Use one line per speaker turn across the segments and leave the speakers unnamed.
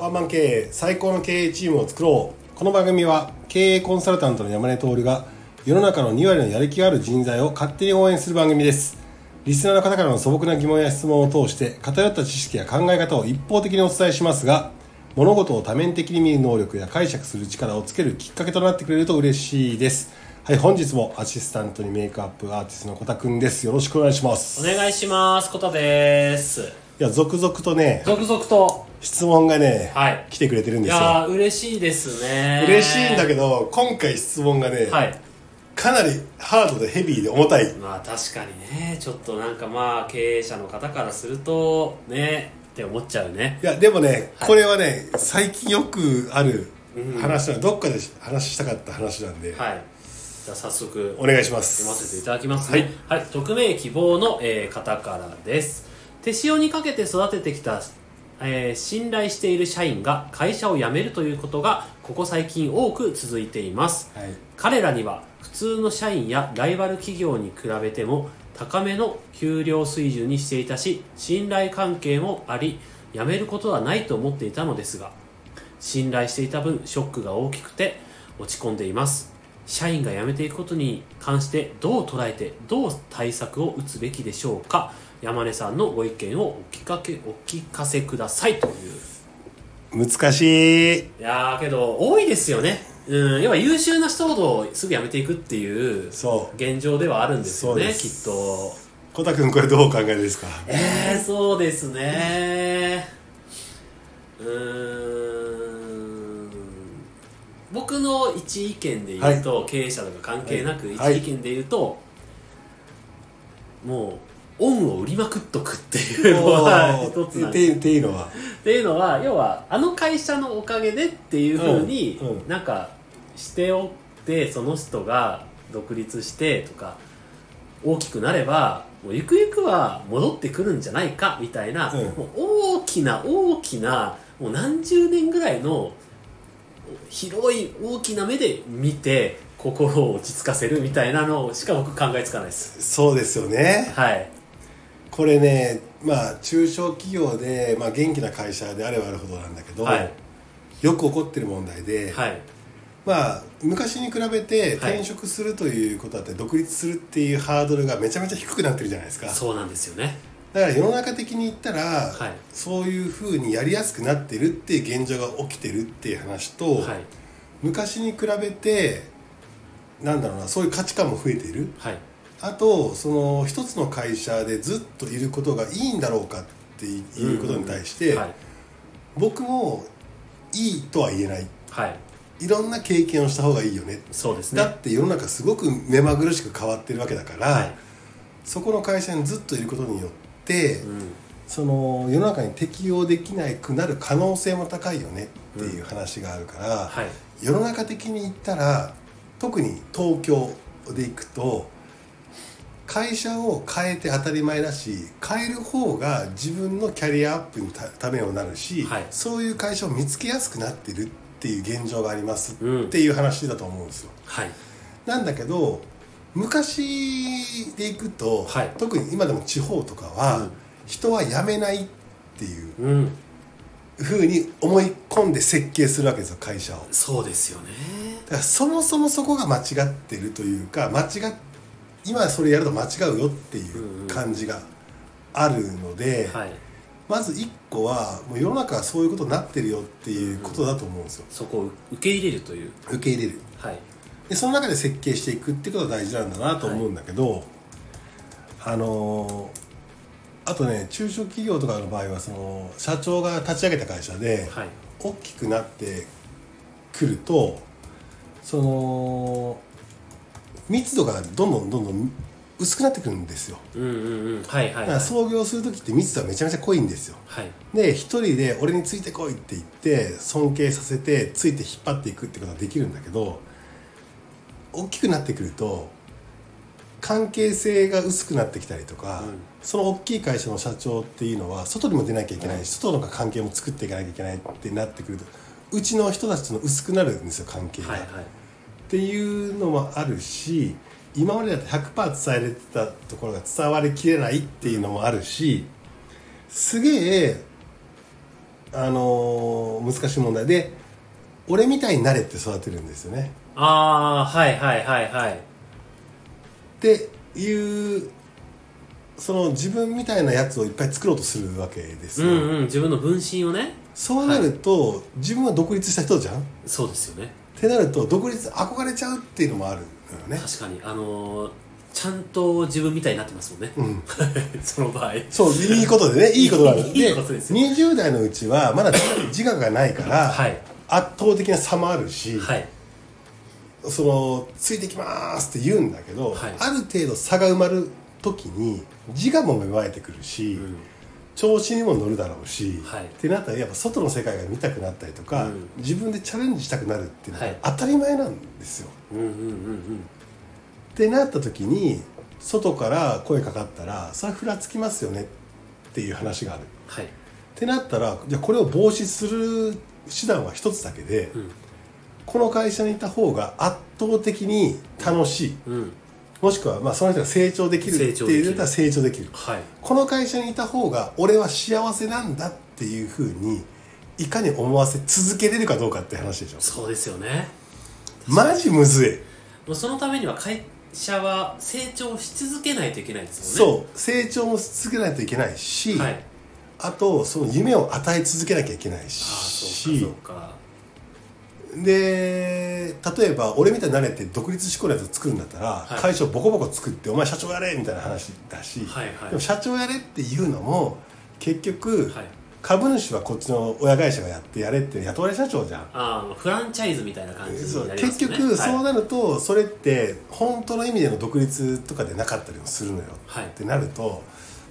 ワンマン経営最高の経営チームを作ろうこの番組は経営コンサルタントの山根徹が世の中の2割のやる気がある人材を勝手に応援する番組ですリスナーの方からの素朴な疑問や質問を通して偏った知識や考え方を一方的にお伝えしますが物事を多面的に見る能力や解釈する力をつけるきっかけとなってくれると嬉しいですはい本日もアシスタントにメイクアップアーティストのコタくんですよろしくお願いします
お願いしますコタです
いや続々とね
続々と
質問がね、
はい
来てくれてるん
い
ですよ
やー嬉しいですね
嬉しいんだけど今回質問がね、
はい
かなりハードでヘビーで重たい
まあ確かにねちょっとなんかまあ経営者の方からするとねって思っちゃうね
いやでもねこれはね、最近よくある話なのどっかで話したかった話なんで、
はいじゃあ早速
お願いしま
読ませてい
す
ただきますねはい、匿名希望の、えー方からです手塩にかけて育ててきた、えー信頼している社員が会社を辞めるということがここ最近多く続いています
はい
彼らには普通の社員やライバル企業に比べても高めの給料水準にしていたし信頼関係もあり辞めることはないと思っていたのですが信頼していた分ショックが大きくて落ち込んでいます社員が辞めていくことに関してどう捉えてどう対策を打つべきでしょうか山根さんのご意見をお聞かけお聞かせくださいという
難しい
いやーけど多いですよねうん要は優秀な人ほどすぐ辞めていくっていう
そう
現状ではあるんですよ
そう
ね
で
きっ
す
と
コタ君これどうお考えですか
えー、そうですねうーん僕の一意見で言うと、経営者とか関係なく一
はい
意見で言うと、もう恩を売りまくっとくっていうのは一つなん
て
ですよ
いうていうのは
っていうのは要はあの会社のおかげでっていうふうに
うんうん
なんかしておってその人が独立してとか大きくなればもうゆくゆくは戻ってくるんじゃないかみたいな、
うん
もう大きな大きなもう何十年ぐらいの広い大きな目で見て心を落ち着かせるみたいなのしか僕考えつかないです。
そうですよね
はい、
これねまあ中小企業で、まあ、元気な会社であればあるほどなんだけど、
はい
よく起こってる問題で、
はい
まあ昔に比べて
はい
転職するということだって独立するっていうハードルがめちゃめちゃ低くなってるじゃないですか
そうなんですよね。
だから世の中的に言ったら、
い
そういうふうにやりやすくなってるっていう現状が起きてるっていう話と、
はい
昔に比べてなんだろうなそういう価値観も増えている
はい
あとその一つの会社でずっといることがいいんだろうかっていうことに対して、
はい
僕もいいとは言えない
はい
いろんな経験をした方がいいよね
そうですね
だって世の中すごく目まぐるしく変わってるわけだから、
はい
そこの会社にずっといることによって、
うん
その世の中に適応できなくなる可能性も高いよねっていう話があるから、
はい
世の中的に言ったら特に東京で行くと会社を変えて当たり前だし変える方が自分のキャリアアップのたためにもなるし、
はい
そういう会社を見つけやすくなってるっていう現状がありますっ
うん
ていう話だと思うんですよ。
はい
なんだけど昔で行くと、
はい
特に今でも地方とかは、
うん
人は辞めないっていう
うん
ふうに思い込んで設計するわけですよ会社を。
そうですよね
だからそもそもそこが間違ってるというか間違っ今それやると間違うよっていう感じがあるので、
はい
まず1個はもう世の中はそういうことになってるよっていうことだと思うんですよ
そこを受け入れるという
受け入れる
はい
でその中で設計していくってことが大事なんだなと思うんだけど、あのーあとね中小企業とかの場合はその社長が立ち上げた会社で、
はい
大きくなってくるとその密度がどんどんどんどん薄くなってくるんですよ
うんうんうんはい
だ
はい
か
はい
ら創業する時って密度はめちゃめちゃ濃いんですよ
はい
で一人で俺についてこいって言って尊敬させてついて引っ張っていくってことはできるんだけど大きくなってくると関係性が薄くなってきたりとか、
うん
その大きい会社の社長っていうのは外にも出なきゃいけないし、外の関係も作っていかなきゃいけないってなってくるとうちの人たちとの薄くなるんですよ関係が、
はい
っ
はい
ていうのもあるし今までだと100%伝えれてたところが伝わりきれないっていうのもあるしすげえあのー難しい問題で俺みたいになれって育てるんですよね
ああはいはいはいはい
っていうその自分みたいなやつをいっぱい作ろうとするわけです
うん
よ、
うん自分の分身をね
そうなると、自分は独立した人じゃんっ
そうですよね
てなると独立憧れちゃうっていうのもあるのよね
確かにあのーちゃんと自分みたいになってますもんね、
ん
その場合
そういいことでねいいことなん
い
で
いことですよ
20代のうちはまだ自我がないから、
はい
圧倒的な差もあるし、
はい
そのついてきますって言うんだけど、
はい
ある程度差が埋まる時に自我も芽生えてくるし、
ん
調子にも乗るだろうし、
は
っ
い
てなったらやっぱ外の世界が見たくなったりとか、
うん
自分でチャレンジしたくなるっていうの
は
はい当たり前なんですよ。
うんうんうん
ってなった時に外から声かかったらそれはふらつきますよねっていう話がある。っ
はい
てなったらじゃあこれを防止する手段は一つだけで、
ん
この会社にいた方が圧倒的に楽しい。
うん
もしくは、まあ、その人が成長できるって
成長でき
い
る
うのは成長できる
はい
この会社にいた方が俺は幸せなんだっていうふうにいかに思わせ続けれるかどうかって話でしょ
そうですよね
マジむずい、
もうそのためには会社は成長し続けないといけないですよね
そう成長もし続けないといけないし、
はい
あとその夢を与え続けなきゃいけない
ああそうか
し
そうか
で例えば俺みたいになれて独立志向のやつを作るんだったら、
い
会社をボコボコ作ってお前社長やれみたいな話だし、
はいはい
でも社長やれっていうのも結局、
はい
株主はこっちの親会社がやってやれって雇われ社長じゃん、
ああフランチャイズみたいな感じ
そ
に
う
なりま
結
すよね
局そう
はい
なるとそれって本当の意味での独立とかでなかったりもするのよ
はい
ってなると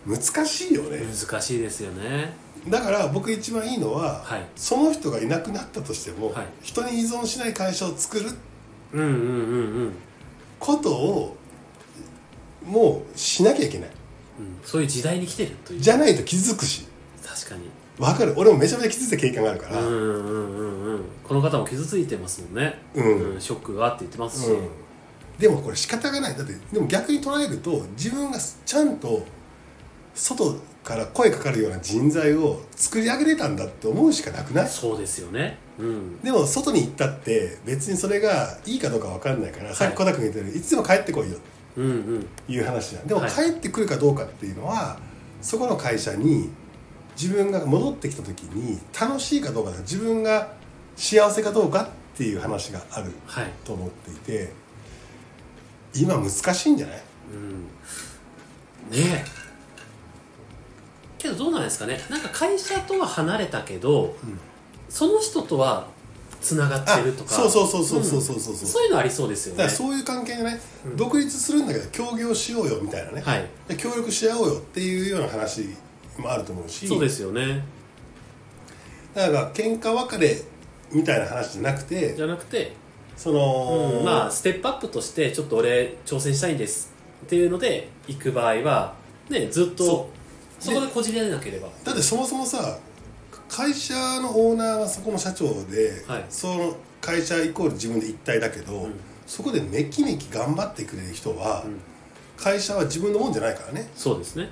難しいよね
難しいですよね
だから僕一番いいのは、
はい
その人がいなくなったとしても、
はい
人に依存しない会社を作る
うんうんうんうん、うん、
ことをもうしなきゃいけない
そういう時代に来てるという
じゃないと傷つくし
確かに
わかる俺もめちゃめちゃ傷ついた経験があるから、
うんうんうんうんこの方も傷ついてますもんね、
うん
ショックがあって言ってますし、
うんでもこれ仕方がないだってでも逆に捉えると自分がちゃんと外から声かかるような人材を作り上げれたんだって思うしかなくない
そうですよねうん
でも外に行ったって別にそれがいいかどうか分かんないから、さっき小田君言ったようにいつでも帰ってこいよ
うんうん
っていう話じゃんでも
はい
帰ってくるかどうかっていうのは、そこの会社に自分が戻ってきた時に楽しいかどうかだ自分が幸せかどうかっていう話がある
はい、
と思っていて今難しいんじゃない
うん、ねえけどどうなんですかねなんか会社とは離れたけど、
ん
その人とはつなが
あ
ってるとか
そうそうそうそうそう
そ
そうそう
う
そう、
そういうのありそうですよ
だか
ね
らそういう関係じゃない、独立するんだけど協業しようよみたいなね、
はい
で協力し合おうよっていうような話もあると思うし
そうですよね
だから喧嘩別れみたいな話じゃなくて
じゃなくて
その、
まあステップアップとしてちょっと俺挑戦したいんですっていうので行く場合はねずっと
そ
そうこでこじれなければ
だってそもそもさ会社のオーナーはそこの社長で、
はい
その会社イコール自分で一体だけど、
ん
そこでめきめき頑張ってくれる人は、
ん
会社は自分のもんじゃないからね
そうですね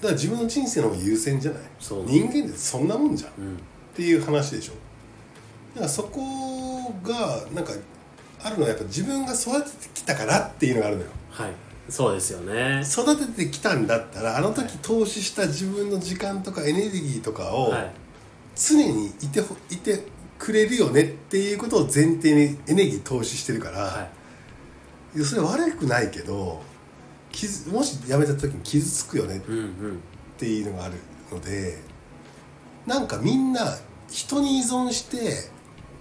だから自分の人生の方が優先じゃない
そう
人間ってそんなもんじゃん、
う
っ
ん
ていう話でしょだからそこがなんかあるのはやっぱ自分が育ててきたからっていうのがあるのよ
はいそうですよね
育ててきたんだったらあの時投資した自分の時間とかエネルギーとかを、
はい
常にいてほいてくれるよねっていうことを前提にエネルギー投資してるから、
はい
いやそれ悪くないけど傷もし辞めた時に傷つくよねっ
うんうん
ていうのがあるのでなんかみんな人に依存して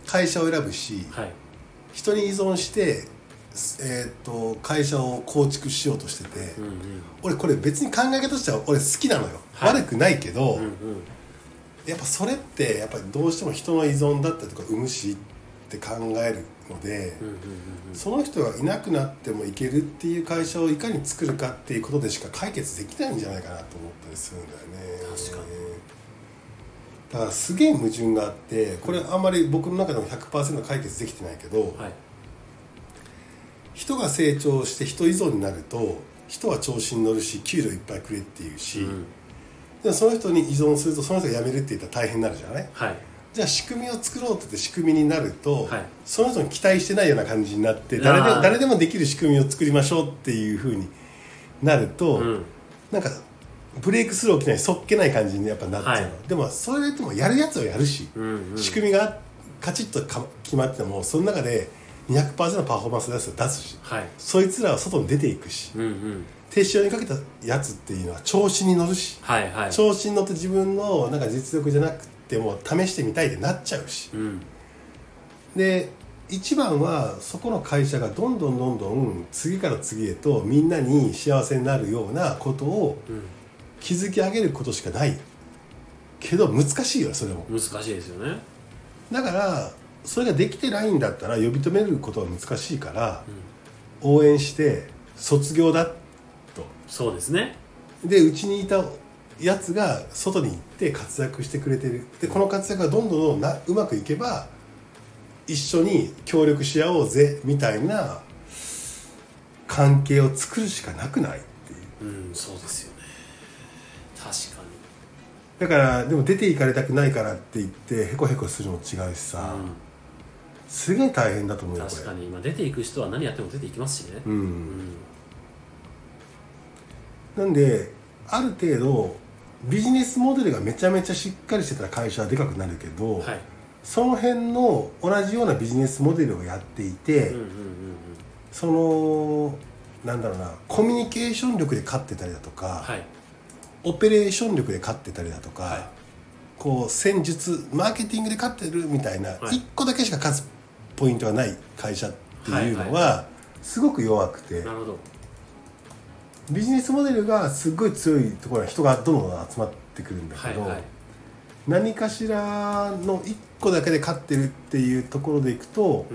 会社を選ぶし
はい
人に依存して、えー、と会社を構築しようとしてて、
うんうん
俺これ別に考え方としては俺好きなのよ、
はい
悪くないけど、
うんうん
やっぱそれってやっぱりどうしても人の依存だったりとか生むしって考えるので、
うんうんうん
その人がいなくなってもいけるっていう会社をいかに作るかっていうことでしか解決できないんじゃないかなと思ったりするんだよね
確かに
だからすげえ矛盾があってこれあんまり僕の中でも100%解決できてないけど、
うんはい
人が成長して人依存になると人は調子に乗るし給料いっぱいくれっていうし、
うん
でもその人に依存するとその人が辞めるって言ったら大変になるじゃない
はい
じゃあ仕組みを作ろうって言って仕組みになると、
はい
その人に期待してないような感じになって
あー
誰で誰でもできる仕組みを作りましょうっていうふうになると、
うん
なんかブレイクスルー起きないそっけない感じにやっぱなっちゃうの、
はい
でもそれでもやるやつはやるし、
うんうん
仕組みがカチッとか決まっててもその中で200%のパフォーマンス出す出すし
はい
そいつらは外に出ていくし
うんうん
手塩にかけたやつっていうのは調子に乗るし
はいはい
調子に乗って自分のなんか実力じゃなくても試してみたいってなっちゃうし
うん
で一番はそこの会社がどんどんどんどん次から次へとみんなに幸せになるようなことを
うん
築き上げることしかないけど難しいよそれも
難しいですよね
だからそれができてないんだったら呼び止めることは難しいから、応援して卒業だと
そうですね
でうちにいたやつが外に行って活躍してくれてるでこの活躍がどんどんどんなうまくいけば一緒に協力し合おうぜみたいな関係を作るしかなくないっていう
うんそうですよね確かに
だからでも出て行かれたくないからって言ってへこへこするのも違うしさ、
う、
すげえ大変だと思うんよこ
確か
れ
に今出ていく人は何やっても出ていきますしね、
う
うんん
なんである程度ビジネスモデルがめちゃめちゃしっかりしてたら会社はでかくなるけど、
はい
その辺の同じようなビジネスモデルをやっていて、
うんうんうんうん
そのなんだろうなコミュニケーション力で勝ってたりだとか、
はい
オペレーション力で勝ってたりだとか、
はい
こう戦術マーケティングで勝ってるみたいな、
はい
一個だけしか勝つポイントがない会社っていうのは、すごく弱くて
なるほど
ビジネスモデルがすごい強いところは人がどんどん集まってくるんだ
は
け
い
ど、
はい
何かしらの一個だけで勝ってるっていうところでいくと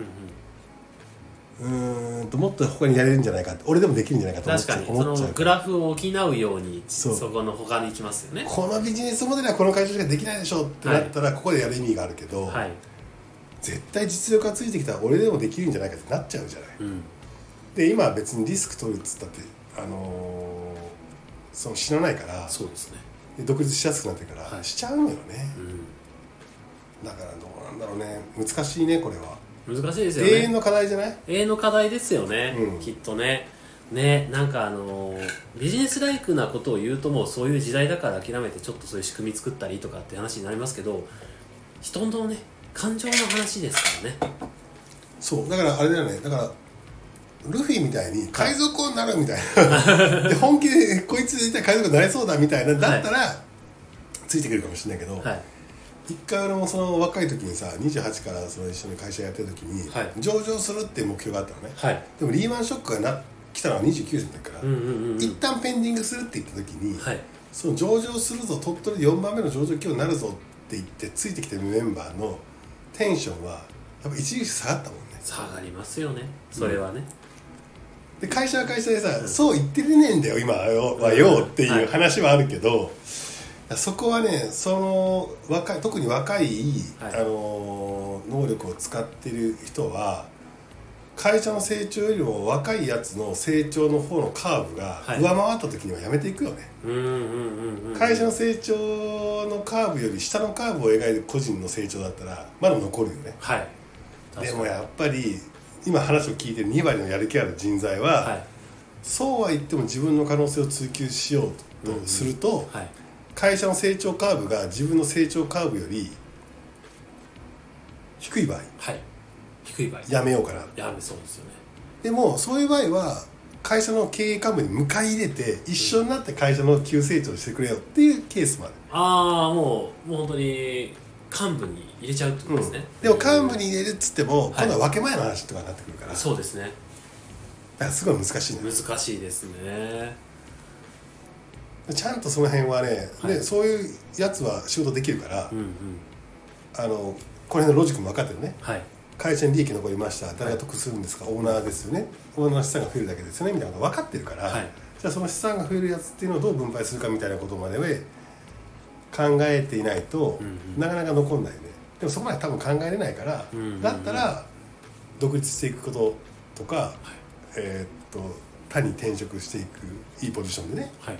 うんうん
うーんともっと他にやれるんじゃないかって俺でもできるんじゃないかと思っち
確
ゃ
か
う
にそ
思
の
っちゃう
グラフを補うように
そう
そこの他に行きますよね
このビジネスモデルはこの会社しかできないでしょってなったらここでやる意味があるけど、
はい、
絶対実力がついてきたら俺でもできるんじゃないかってなっちゃうじゃない。
うん、
で今は別にリスク取るっつったって、あのーその死なないから
そうですね、
で独立しやすくなってるから、
はい
しちゃうのよね、
う
だからどうなんだろうね難しいねこれは、
ん、難しいですよね
永遠の課題じゃない
永遠の課題ですよね、
うん
きっとねねなんかあのービジネスライクなことを言うともうそういう時代だから諦めてちょっとそういう仕組み作ったりとかって話になりますけど人のね感情の話ですからね
そうだからあれだよねだからルフィみたいに海賊王になるみたいなで本気でこいつ絶対海賊王になれそうだみたいなだったら、ついてくるかもしれないけど、
はい
一回俺もその若い時にさ28からその一緒に会社やってる時に、
はい
上場するっていう目標があったのね、
はい
でもリーマンショックがな来たのは29歳の時から、
うんうんうんうん
一旦ペンディングするって言った時に、
はい
その上場するぞ鳥取で4番目の上場企業になるぞって言ってついてきてるメンバーのテンションはやっぱ一時期下がったもんね
下がりますよねそれはね、
で会社は会社でさ、そう言ってねえんだよ今はよって
はいいう
話はあるけど、そこはねその若い特に若い、
はい
あの能力を使ってる人は会社の成長よりも若いやつの成長の方のカーブが
はい
上回った時にはやめていくよね、
うんうんうんうん
会社の成長のカーブより下のカーブを描いて個人の成長だったらまだ残るよね
はい
で
確か
も
に
やっぱり今話を聞いてる2割のやる気ある人材は、
はい
そうは言っても自分の可能性を追求しようとすると、
はい
会社の成長カーブが自分の成長カーブより低い場合
はい低い場合
やめようかな
やめそうですよね
でもそういう場合は会社の経営幹部に迎え入れて一緒になって会社の急成長してくれよっていうケースもある、
ああもうもう本当に幹部に入れちゃうってことですね、
でも幹部に入れるっつっても
ん
今度は分け前の話とかになってくるから,、だ
そうですね
からすごい難しいのよ
難しいですね
ちゃんとその辺はね、
はい
でそういうやつは仕事できるから、
うんうん
あのこの辺のロジックも分かってるね
はい
会社に利益残りました誰が得するんですか、オーナーですよねオーナーの資産が増えるだけですよねみたいなこと分かってるから、
はい
じゃあその資産が増えるやつっていうのをどう分配するかみたいなことまでは考えていないと、
うんうん
なかなか残んないよねでもそこまで多分考えれないから、
うんうんうん
だったら独立していくこととか、えーっと他に転職していくいいポジションでね
はい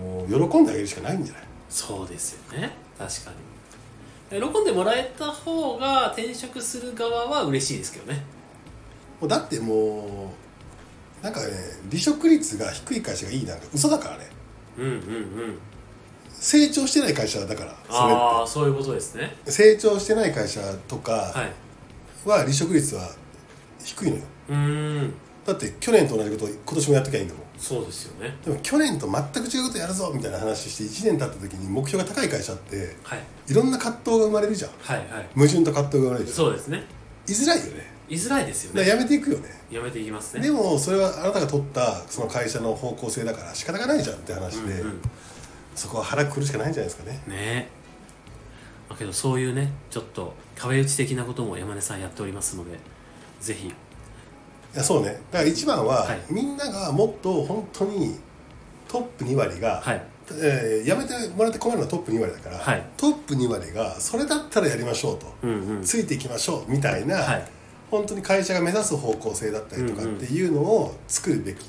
もう喜んであげるしかないんじゃない
そうですよね確かに喜んでもらえた方が転職する側は嬉しいですけどね
もうだってもうなんかね離職率が低い会社がいいなんか嘘だからね
うんうんうん
成長してない会社だからそれ
あ
っ
あそういうことですね
て成長してない会社と
は
か
い
は離職率は低いのよ
うーん
だって去年と同じこと今年もやっときゃいいんだもん
そうですよね
でも去年と全く違うことやるぞみたいな話して1年経った時に目標が高い会社って
はい
いろんな葛藤が生まれるじゃん
はいはい
矛盾と葛藤が生まれるじゃん
そうですね
居づらいよね
居づらいですよ
だ
ね
からやめていくよね
やめていきますね
でもそれはあなたが取ったその会社の方向性だから仕方がないじゃんって話で、
うんうん
そこは腹くくるしかないんじゃないですかね
ねまあけどそういうねちょっと壁打ち的なことも山根さんやっておりますのでぜひ
いやそうねだから一番は、
はい
みんながもっと本当にトップ2割が、
はい
えーやめてもらって困るのはトップ2割だから、
はい
トップ2割がそれだったらやりましょうと、
うんうん
ついていきましょうみたいな、
はい
本当に会社が目指す方向性だったりとかっ
うんうん
ていうのを作るべき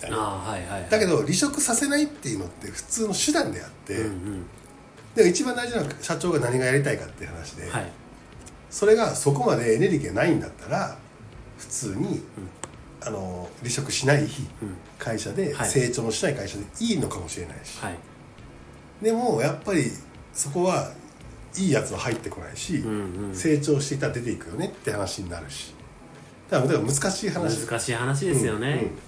だ,、
ああはいはいはい
だけど離職させないっていうのって普通の手段であって、
うんうん
でも一番大事なのは社長が何がやりたいかっていう話で、
はい
それがそこまでエネルギーがないんだったら普通に、あの離職しない会社で、
はい
成長もしない会社でいいのかもしれないし、
はい
でもやっぱりそこはいいやつは入ってこないし、
んうん
成長していたら出ていくよねって話になるしだからだから難しい話
難しい話ですよね、うん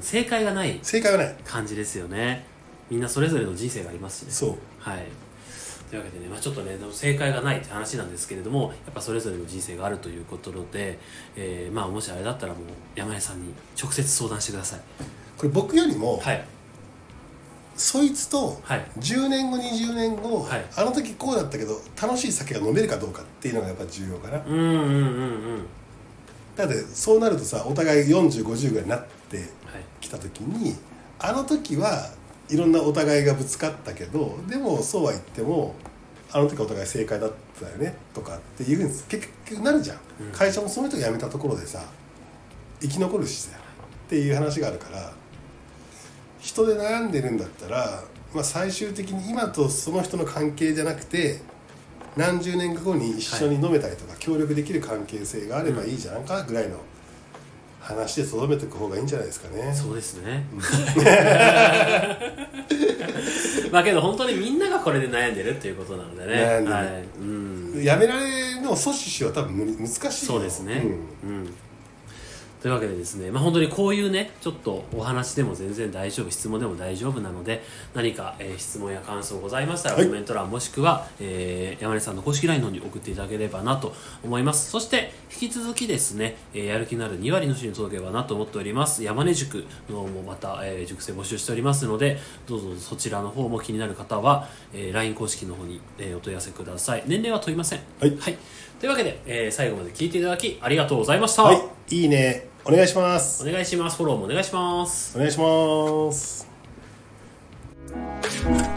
正解がない
正解はない
感じですよねみんなそれぞれの人生がありますしね
そう
はいというわけでね、まあ、ちょっとねでも正解がないって話なんですけれどもやっぱそれぞれの人生があるということで、えーまあ、もしあれだったらもう山根さんに直接相談してください
これ僕よりも、
はい
そいつと
はい
10年後20年後、
はい
あの時こうだったけど楽しい酒が飲めるかどうかっていうのがやっぱ重要かな、
うんうんうんうん
だってそうなるとさお互い4050ぐらいになって
はい
きた時にあの時はいろんなお互いがぶつかったけどでもそうは言ってもあの時はお互い正解だったよねとかっていうふうに結局なるじゃん、
うん
会社もその人が辞めたところでさ生き残るしさっていう話があるから人で悩んでるんだったら、まあ、最終的に今とその人の関係じゃなくて何十年か後に一緒に飲めたりとか協力できる関係性があればいいじゃんかぐらいの話でとどめておく方がいいんじゃないですかね。
そうですねまあけど本当にみん ながこれで悩んでるっていうことなのでね
悩んでる
はいうん
やめられの阻止しは多分無理難しいよ
そうですね、
うん
うんというわけでですね、まあ、本当にこういうねちょっとお話でも全然大丈夫質問でも大丈夫なので何か、えー質問や感想ございましたら、
はい
コメント欄もしくは、えー山根さんの公式 LINE の方に送っていただければなと思いますそして引き続きですね、えーやる気のある2割の人に届ければなと思っております山根塾の方もまた、えー塾生募集しておりますのでどうぞそちらの方も気になる方は、えー LINE 公式の方に、えーお問い合わせください年齢は問いません
はい
はい、というわけで、えー最後まで聞いていただきありがとうございました、
はいいいねお願いします
お願いしますフォローもお願いします
お願いします